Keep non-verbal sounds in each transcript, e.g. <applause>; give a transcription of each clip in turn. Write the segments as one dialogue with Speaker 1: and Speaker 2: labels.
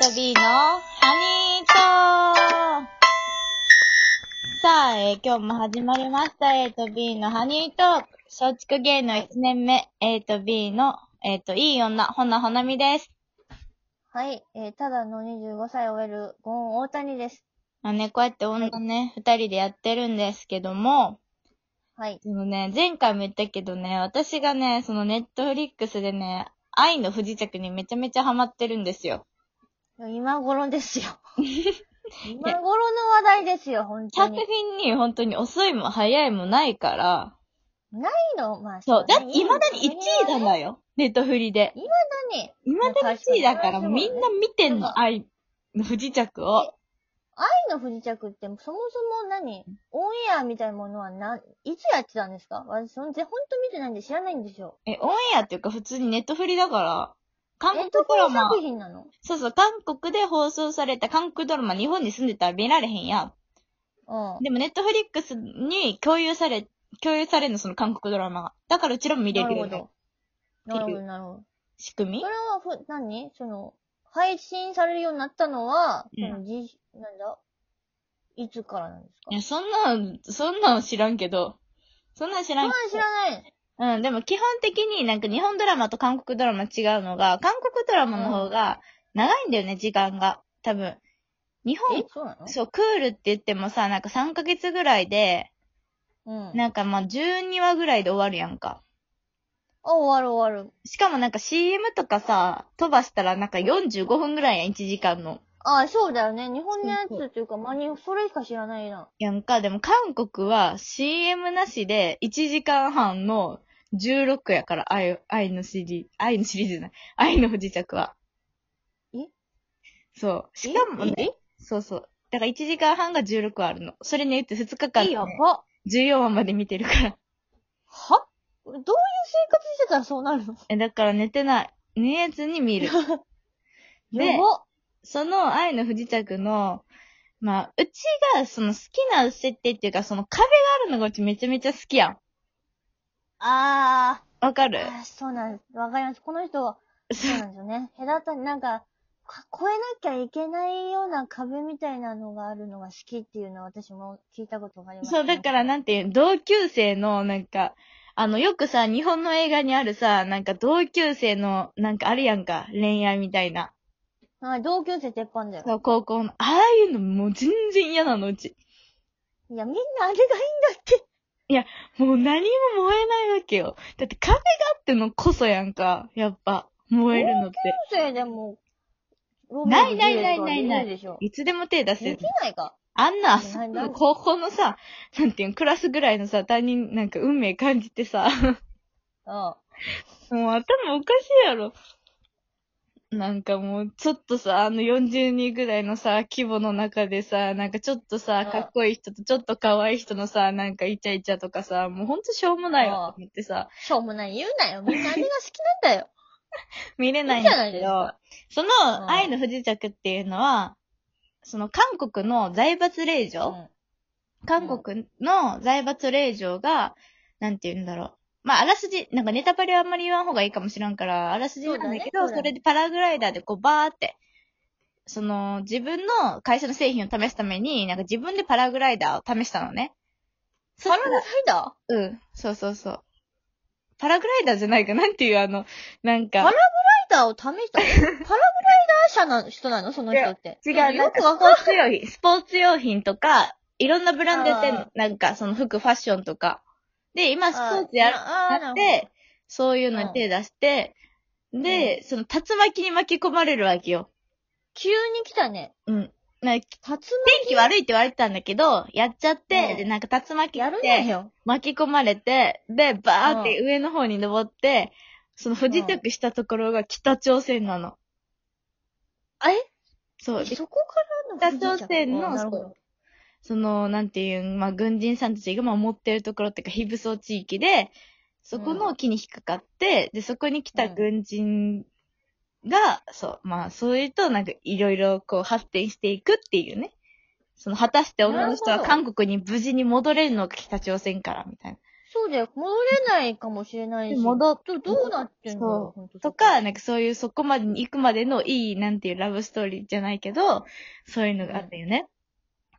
Speaker 1: と B のハニートークさあ、えー今日も始まりました。A と B のハニートーク。松竹芸能1年目、A と B の、えっ、と、いい女、ほなほなみです。
Speaker 2: はい、えーただの25歳を終えるゴーン大谷です。
Speaker 1: まあね、こうやって女ね、二、人でやってるんですけども、
Speaker 2: はい。
Speaker 1: そのね、前回も言ったけどね、私がね、そのネットフリックスでね、愛の不時着にめちゃめちゃハマってるんですよ。
Speaker 2: 今
Speaker 1: <laughs>
Speaker 2: 頃ですよ。今頃の話題ですよ、本当
Speaker 1: 作
Speaker 2: に。い
Speaker 1: 品に本当に遅いも早いもないから、
Speaker 2: いのまあ、
Speaker 1: そう。だって、
Speaker 2: ね
Speaker 1: 未だに1位なんだよ。ネットフリで。
Speaker 2: 何
Speaker 1: 未だに1位だから、
Speaker 2: 確かに
Speaker 1: みんな見てん
Speaker 2: そう
Speaker 1: の、愛の不時着を。
Speaker 2: 愛の不時着って、そもそも何オンエアみたいなものはな、いつやってたんですか私、ほんと見てないんで知らないんですよ。
Speaker 1: え、オンエアっていうか、普通にネットフリだから、韓
Speaker 2: ネ
Speaker 1: 国
Speaker 2: ット
Speaker 1: ド
Speaker 2: フ
Speaker 1: ラ
Speaker 2: リ
Speaker 1: マ
Speaker 2: 作、品なの
Speaker 1: そうそう、韓国で放送された韓国ドラマ、日本に住んでたら見られへんやん。
Speaker 2: うん。
Speaker 1: でも、ネットフリックスに共有され、共有されるの、その韓国ドラマが。だから、うちらも見れるよう
Speaker 2: なる
Speaker 1: な
Speaker 2: ほど。なるほど、なるほど。
Speaker 1: 仕組み
Speaker 2: それはふ、何その、配信されるようになったのは、
Speaker 1: うん
Speaker 2: その、じ、なんだいつからなんですか
Speaker 1: いや、そんなん、そんなん知らんけど。そんなん知ら
Speaker 2: そ
Speaker 1: ん
Speaker 2: ん
Speaker 1: け
Speaker 2: な
Speaker 1: ど
Speaker 2: ん知らない。
Speaker 1: うん、でも基本的になんか日本ドラマと韓国ドラマ違うのが、韓国ドラマの方が長いんだよね、時間が。多分。日
Speaker 2: え
Speaker 1: 本、
Speaker 2: そうなの
Speaker 1: そう、クールって言ってもさ、なんか3ヶ月ぐらいで、
Speaker 2: うん。
Speaker 1: なんかまあ12話ぐらいで終わるやんか。
Speaker 2: あ、終わる終わる。
Speaker 1: しかもなんか CM とかさ、飛ばしたらなんか45分ぐらいやん、1時間の。
Speaker 2: あ、そうだよね。日本のや
Speaker 1: そうそ
Speaker 2: つっていうか、まあ、にそれしか知らないな。
Speaker 1: やんか、でも韓国は CM なしで1時間半の16やから、愛、愛のシリーズ、愛のシリーズじゃない、愛の不時着は。
Speaker 2: え
Speaker 1: そう。しかも
Speaker 2: え
Speaker 1: ね、そうそう。だから1時間半が16話あるの。それに言って2日間
Speaker 2: え
Speaker 1: で
Speaker 2: やば。
Speaker 1: 14話まで見てるから。
Speaker 2: はどういう生活してたらそうなるの
Speaker 1: え、だから寝てない。寝ずに
Speaker 2: <laughs>
Speaker 1: 見る。で
Speaker 2: やば。
Speaker 1: その愛の不時着の、まあ、うちがその好きな設定っていうか、その壁があるのがうちめちゃめちゃ好きやん。
Speaker 2: あ
Speaker 1: わかる
Speaker 2: ー。あー、そうなんです。わかります。この人は、そうなんです
Speaker 1: <laughs>
Speaker 2: よね。隔たり、なんか、か越えなきゃいけないような壁みたいなのがあるのが好きっていうのは私も聞いたことがあります、
Speaker 1: そう、だから、なんていう、同級生の、なんか、あの、よくさ、日本の映画にあるさ、なんか同級生の、なんかあるやんか、恋愛みたいな。
Speaker 2: はい、同級生鉄板だよ。
Speaker 1: そう高校の、ああいうのもう全然嫌なの、うち。
Speaker 2: いや、みんなあれがいいんだって。
Speaker 1: もう何も燃えないわけよ。だって壁があってのこそやんか、やっぱ、燃えるのって。
Speaker 2: 同級生でも、ロ
Speaker 1: ないないないないない
Speaker 2: でしょ。
Speaker 1: いつでも手出せ
Speaker 2: で
Speaker 1: る
Speaker 2: き。ないか。
Speaker 1: あんな、あそ
Speaker 2: ないない
Speaker 1: 高校のさ、なんていうのクラスぐらいのさ、担任なんか運命感じてさ、
Speaker 2: うん。
Speaker 1: もう頭おかしいやろ。なんかもう、ちょっとさ、あの40人ぐらいのさ、規模の中でさ、なんかちょっとさ
Speaker 2: う、ん
Speaker 1: かっこいい人とちょっと可愛い人のさ、なんかイチャイチャとかさ、もうほんとしょうもないわと思ってさ、
Speaker 2: しょうもない言うなよ。みんなあれが好きなんだよ。
Speaker 1: 見れない
Speaker 2: い
Speaker 1: ん
Speaker 2: い
Speaker 1: だ
Speaker 2: じゃない
Speaker 1: け
Speaker 2: です
Speaker 1: ど
Speaker 2: か、。
Speaker 1: そ
Speaker 2: うん
Speaker 1: の愛の不時着っていうのは、その韓国の財閥令嬢、
Speaker 2: うん
Speaker 1: 韓国の財閥令嬢が、なんて言うんだろう。まあ、あらすじ、なんかネタバレはあんまり言わん方がいいかもしらんから、あらすじなんだけど、
Speaker 2: そうだねそう
Speaker 1: そ
Speaker 2: だね
Speaker 1: れでパラグライダーでこうバーって、その自分の会社の製品を試すために、なんか自分でパラグライダーを試したのね。
Speaker 2: パラグライダー
Speaker 1: うん、そうそうそう。パラグライダーじゃないか、なんていうあの、なんか、
Speaker 2: パライダーを試したパラグライダー社の人なのその人って。
Speaker 1: 違う、
Speaker 2: なんか
Speaker 1: な
Speaker 2: よ
Speaker 1: んか
Speaker 2: く
Speaker 1: ス
Speaker 2: わ
Speaker 1: ポ
Speaker 2: かん
Speaker 1: ーツ用品、スポーツ用品とか、いろんなブランドやってん
Speaker 2: あ
Speaker 1: の
Speaker 2: ー。
Speaker 1: なんか、その服、ファッションとか。で、今スポーツやる
Speaker 2: あー
Speaker 1: なっ、
Speaker 2: なる
Speaker 1: て、そういうのに手出して、で、その竜巻に巻き込まれるわけよ。
Speaker 2: 急に来たね。
Speaker 1: うん。なんか
Speaker 2: 竜
Speaker 1: 天気悪いって言われてたんだけど、やっちゃって、
Speaker 2: うん
Speaker 1: で、なんか竜巻
Speaker 2: 巻や
Speaker 1: っ
Speaker 2: るな
Speaker 1: て
Speaker 2: よ。
Speaker 1: 巻き込まれて、で、バーって上の方に登って、その不時着したところが北朝鮮なの。
Speaker 2: あえ
Speaker 1: そう。で
Speaker 2: そこからの
Speaker 1: 北朝鮮の
Speaker 2: なるほど。
Speaker 1: その、なんていうん、まあ、軍人さんたちが守ってるところっていうか、非武装地域で、そこの木に引っかかって、で、そこに来た軍人が、そう、まあ、そういうと、なんか、いろいろ、こう、発展していくっていうね。その、果たして女の人は
Speaker 2: なるほ
Speaker 1: 韓国に無事に戻れるのか、北朝鮮から、みたいな。
Speaker 2: そそうだよ。戻れないかもしれないし。
Speaker 1: 戻っ
Speaker 2: どどうなってんだろう、ほん
Speaker 1: と
Speaker 2: <laughs>
Speaker 1: か、
Speaker 2: ね。
Speaker 1: なんかそういうそこまでに行くまでのいい、なんていうラブストーリーじゃないけど、そういうのがあったよね。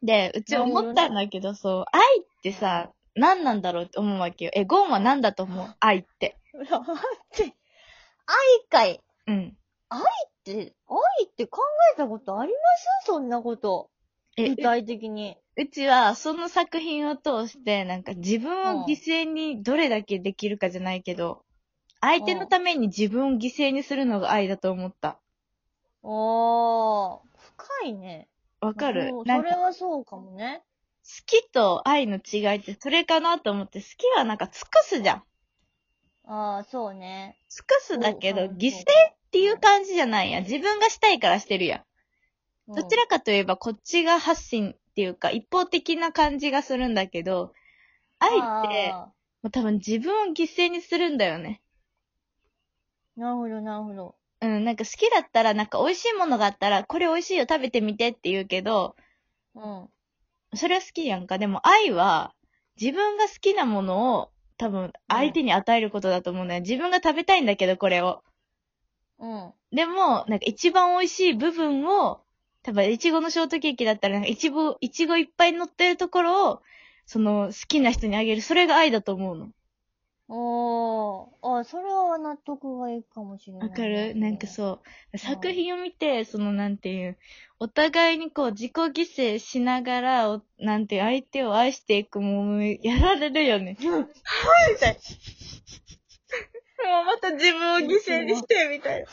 Speaker 1: で、うち
Speaker 2: なるほどね
Speaker 1: 思ったんだけど、そう、愛ってさ、何なんだろうって思うわけよ。え、ゴンは何だと思う愛って。
Speaker 2: 待って。愛かいっ
Speaker 1: うん。
Speaker 2: て、愛って考えたことありますそんなこと。
Speaker 1: え、う
Speaker 2: 具体的に。
Speaker 1: うちはその作品を通して、なんか自分を犠牲にどれだけできるかじゃないけど、相手のために自分を犠牲にするのが愛だと思った。
Speaker 2: おー、深いね。
Speaker 1: わかる
Speaker 2: そう
Speaker 1: な
Speaker 2: そ
Speaker 1: んか
Speaker 2: れはそうかもね。
Speaker 1: 好きと愛の違いってそれかなと思って、好きはなんか尽くすじゃん。
Speaker 2: ああ、そうね。
Speaker 1: 尽くすだけど、
Speaker 2: そうそう
Speaker 1: 犠牲っていう感じじゃないやん。自分がしたいからしてるや。
Speaker 2: うんん
Speaker 1: どちらかといえばこっちが発信っていうか、一方的な感じがするんだけど、愛って、
Speaker 2: あ
Speaker 1: もう多分自分を犠牲にするんだよね。
Speaker 2: ーなるほど、なるほど。
Speaker 1: うん、なんか好きだったら、なんか美味しいものがあったら、これ美味しいよ、食べてみてって言うけど、
Speaker 2: うん。
Speaker 1: それは好きやんか。でも愛は、自分が好きなものを、多分、相手に与えることだと思うんだよ。自分が食べたいんだけど、これを。
Speaker 2: うん。
Speaker 1: でも、なんか一番美味しい部分を、多分、いちごのショートケーキだったら、なんかいちご、いちごいっぱい乗ってるところを、その、好きな人にあげる。それが愛だと思うの。
Speaker 2: おー、あ、それは納得がいいかもしれない。
Speaker 1: わかるなんか
Speaker 2: う。
Speaker 1: そう。作品を見て、その、なんていう、お互いにこう、自己犠牲しながら、おなんていう、相手を愛していくもん、やられるよ <laughs> ね。みたい。もうまた自分を犠牲にして、みたいな。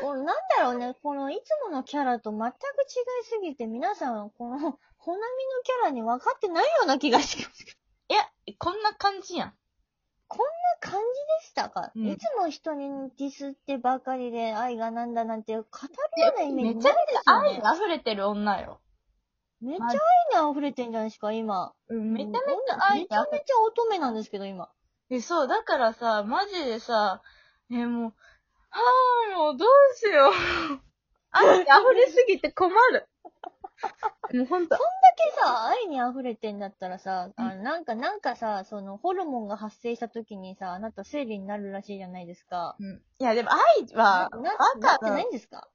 Speaker 2: このなんだろうね、このいつものキャラと全く違いすぎて、皆さん、この、ほなみのキャラに分かってないような気がします。
Speaker 1: いや、こんな感じやん。
Speaker 2: こんな感じでしたか、
Speaker 1: うん
Speaker 2: いつも人にディスってばかりで愛がなんだなんて語るようなイメージないですよね。
Speaker 1: 溢れてる女よ。
Speaker 2: めっちゃ愛に溢れてんじゃないですか、今。
Speaker 1: うん、めちゃめちゃ愛
Speaker 2: めちゃめちゃ乙女なんですけど、今。
Speaker 1: で、そう、だからさ、マジでさ、ね、もう、はぁ、もうどうしよ <laughs> う。愛に溢れすぎて困る。 <laughs> もうほんと。
Speaker 2: けさ、愛に溢れてんだったらさ、あなんか、なんかさ、その、ホルモンが発生した時にさ、あなた生理になるらしいじゃないですか。
Speaker 1: うんいや、でも愛
Speaker 2: な
Speaker 1: は、
Speaker 2: なな
Speaker 1: 赤
Speaker 2: って
Speaker 1: の
Speaker 2: ない
Speaker 1: 欲
Speaker 2: んですか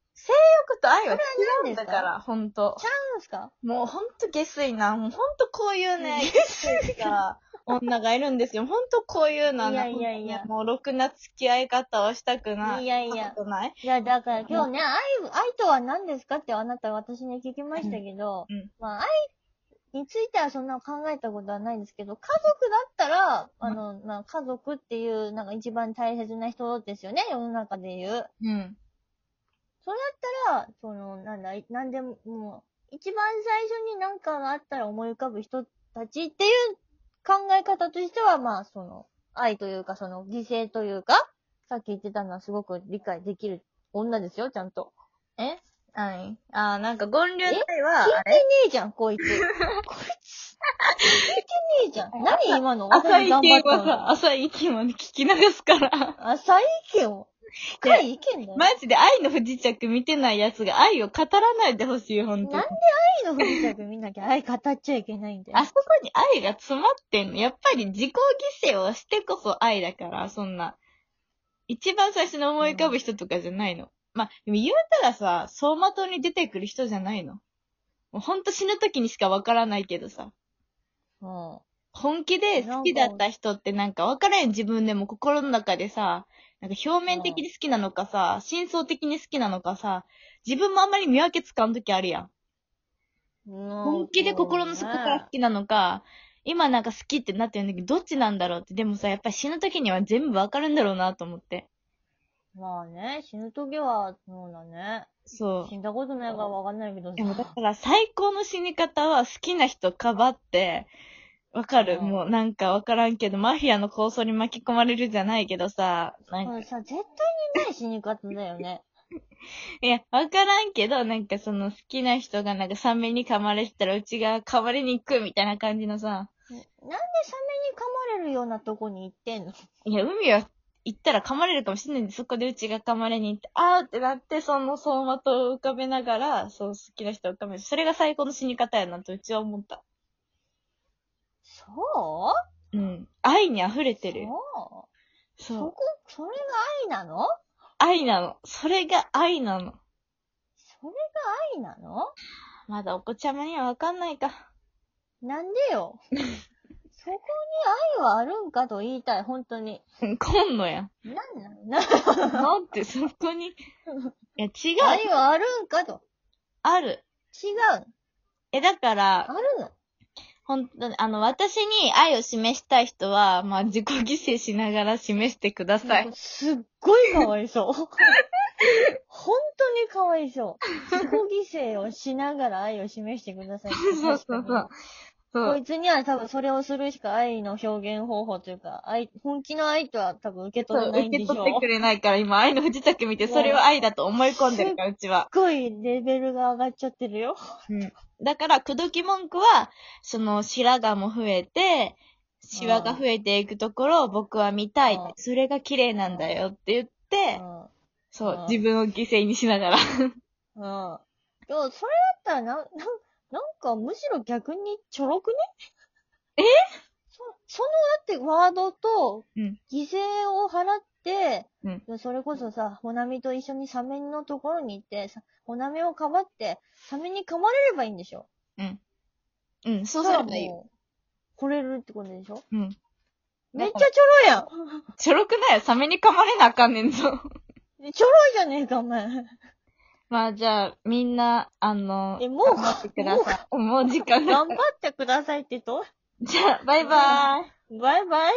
Speaker 1: と愛は違う
Speaker 2: れは何
Speaker 1: ん
Speaker 2: で
Speaker 1: だ
Speaker 2: すか
Speaker 1: から、ほんと。
Speaker 2: なんですか
Speaker 1: もうほんと下水な、もうほんとこういうね、下
Speaker 2: 下
Speaker 1: 水が、女がいるんですよ。ほんとこういうのはね
Speaker 2: いやいやいや
Speaker 1: ほんとねもうろくな付き合い方をしたくない。
Speaker 2: いやいや
Speaker 1: したくない
Speaker 2: いや、だから今日ね、愛、愛とは何ですかってあなた私に聞きましたけど、
Speaker 1: うんうん
Speaker 2: まあ、愛についてはそんな考えたことはないんですけど、家族だったら、あの、まあ、家族っていう、なんか一番大切な人ですよね、世の中で言う。
Speaker 1: うん。
Speaker 2: それだったら、その、なんだ、なんでも、もう、一番最初に何かがあったら思い浮かぶ人たちっていう考え方としては、まあ、その、愛というか、その、犠牲というか、さっき言ってたのはすごく理解できる女ですよ、ちゃんと。
Speaker 1: え何あー、なんか権流隊
Speaker 2: 聞い
Speaker 1: は、あ
Speaker 2: て
Speaker 1: れ
Speaker 2: ねえじゃん、こいつ。こいつ。聞いてねえ <laughs> じゃん。何今の
Speaker 1: 浅い意
Speaker 2: 私頑張
Speaker 1: 見
Speaker 2: った
Speaker 1: は
Speaker 2: の
Speaker 1: さ、浅い意見はね聞き流すから。
Speaker 2: 浅い意見を。深い意見だよ。
Speaker 1: マジで愛の不時着見てない奴が愛を語らないでほしい、ほんと
Speaker 2: なんで愛の不時着見なきゃ愛語っちゃいけないんだよ
Speaker 1: あ。そこに愛が詰まってんの。やっぱり自己犠牲をしてこそ愛だから、そんな。一番最初に思い浮かぶ人とかじゃないの。まあ、でも言うたらさ、走馬灯に出てくる人じゃないの。もうほんと死ぬ時にしかわからないけどさ。
Speaker 2: うん。
Speaker 1: 本気で好きだった人ってなんか分からんよ自分でも心の中でさ、なんか表面的に好きなのかさ、真相的に好きなのかさ、自分もあんまり見分けつかん時あるやん。本
Speaker 2: 本
Speaker 1: 気で心の底から好きなのか、今なんか好きってなってるんだけど、どっちなんだろうって。でもさ、やっぱり死ぬ時には全部分かるんだろうなと思って。
Speaker 2: まあね、死ぬ時は、そうだね。
Speaker 1: そう。
Speaker 2: 死んだことないからわかんないけど
Speaker 1: でもだから最高の死に方は好きな人かばって、わかる、
Speaker 2: うん
Speaker 1: もうなんかわからんけど、マフィアの構想に巻き込まれるじゃないけどさ、なんか
Speaker 2: これさ、絶対にない死に方だ <laughs> よね。
Speaker 1: いや、わからんけど、なんかその好きな人がなんかサメに噛まれてたらうちが噛まれに行くみたいな感じのさ、
Speaker 2: なんでサメに噛まれるようなとこに行ってんの
Speaker 1: いや、海は行ったら噛まれるかもしれないんで、そこでうちが噛まれに行って、あーってなって、その走馬灯を浮かべながら、そう好きな人を浮かべる。それが最高の死に方やなとうちは思った。
Speaker 2: そう
Speaker 1: うん。愛に溢れてる。
Speaker 2: そう。そ
Speaker 1: そう。
Speaker 2: こ、それが愛なの
Speaker 1: 愛なの。それが愛なの。
Speaker 2: それが愛なの
Speaker 1: まだお子ちゃまにはわかんないか。 <laughs>
Speaker 2: なんでよ。そこに愛はあるんかと言いたい、本当に。
Speaker 1: うん来んのや。
Speaker 2: なんなんな、
Speaker 1: <laughs> だってそこに。いや、違う。
Speaker 2: 愛はあるんかと。
Speaker 1: ある。
Speaker 2: 違う。
Speaker 1: え、だから
Speaker 2: あ、るの。
Speaker 1: 本当に、あの、私に愛を示したい人は、まあ、自己犠牲しながら示してください。
Speaker 2: すっごいかわいそう。本当にかわいそう。自己犠牲をしながら愛を示してください。
Speaker 1: <laughs> そうそうそう。そ
Speaker 2: こ
Speaker 1: う。
Speaker 2: いつには多分それをするしか愛の表現方法というか、愛、本気の愛とは多分受け取
Speaker 1: そ
Speaker 2: れ
Speaker 1: う、
Speaker 2: ない
Speaker 1: 受
Speaker 2: んで
Speaker 1: け
Speaker 2: しょう
Speaker 1: 取っ。てくれないから、今、愛の不時着見て、それを愛だと思い込んでるから、うちは。
Speaker 2: すっごいレベルが上がっちゃってるよ。
Speaker 1: うん。だから、口説き文句は、その、白髪も増えて、シワが増えていくところを僕は見たい
Speaker 2: うん。
Speaker 1: それが綺麗なんだよって言っ
Speaker 2: う
Speaker 1: て、
Speaker 2: ん。
Speaker 1: そうう、
Speaker 2: ん
Speaker 1: 自分を犠牲にしながら。
Speaker 2: うん。でも、それだったら、な、 <laughs> な、なんか、むしろ逆にちょろくね
Speaker 1: え
Speaker 2: そ、その、だって、ワードと
Speaker 1: うん、
Speaker 2: 犠牲を払って、
Speaker 1: うん
Speaker 2: それこそさ、ほなみと一緒にサメのところに行って、さほなみをかばって、サメに噛まれればいいんでしょ
Speaker 1: うん、そうすればいいよ。
Speaker 2: よ。惚れるってことでしょ
Speaker 1: うん。
Speaker 2: めっちゃちょろいやん
Speaker 1: ちょろくないよ。サメに噛まれなあかんねんぞ。
Speaker 2: <laughs> ちょろいじゃねえか、お前。
Speaker 1: まあじゃあ、みんな、あの、
Speaker 2: え、もう、
Speaker 1: 頑張ってくださ
Speaker 2: <laughs>
Speaker 1: い。もう時間が。
Speaker 2: 頑張ってくださいって言うと、
Speaker 1: じゃあ、バイバーイ。
Speaker 2: バイバイ。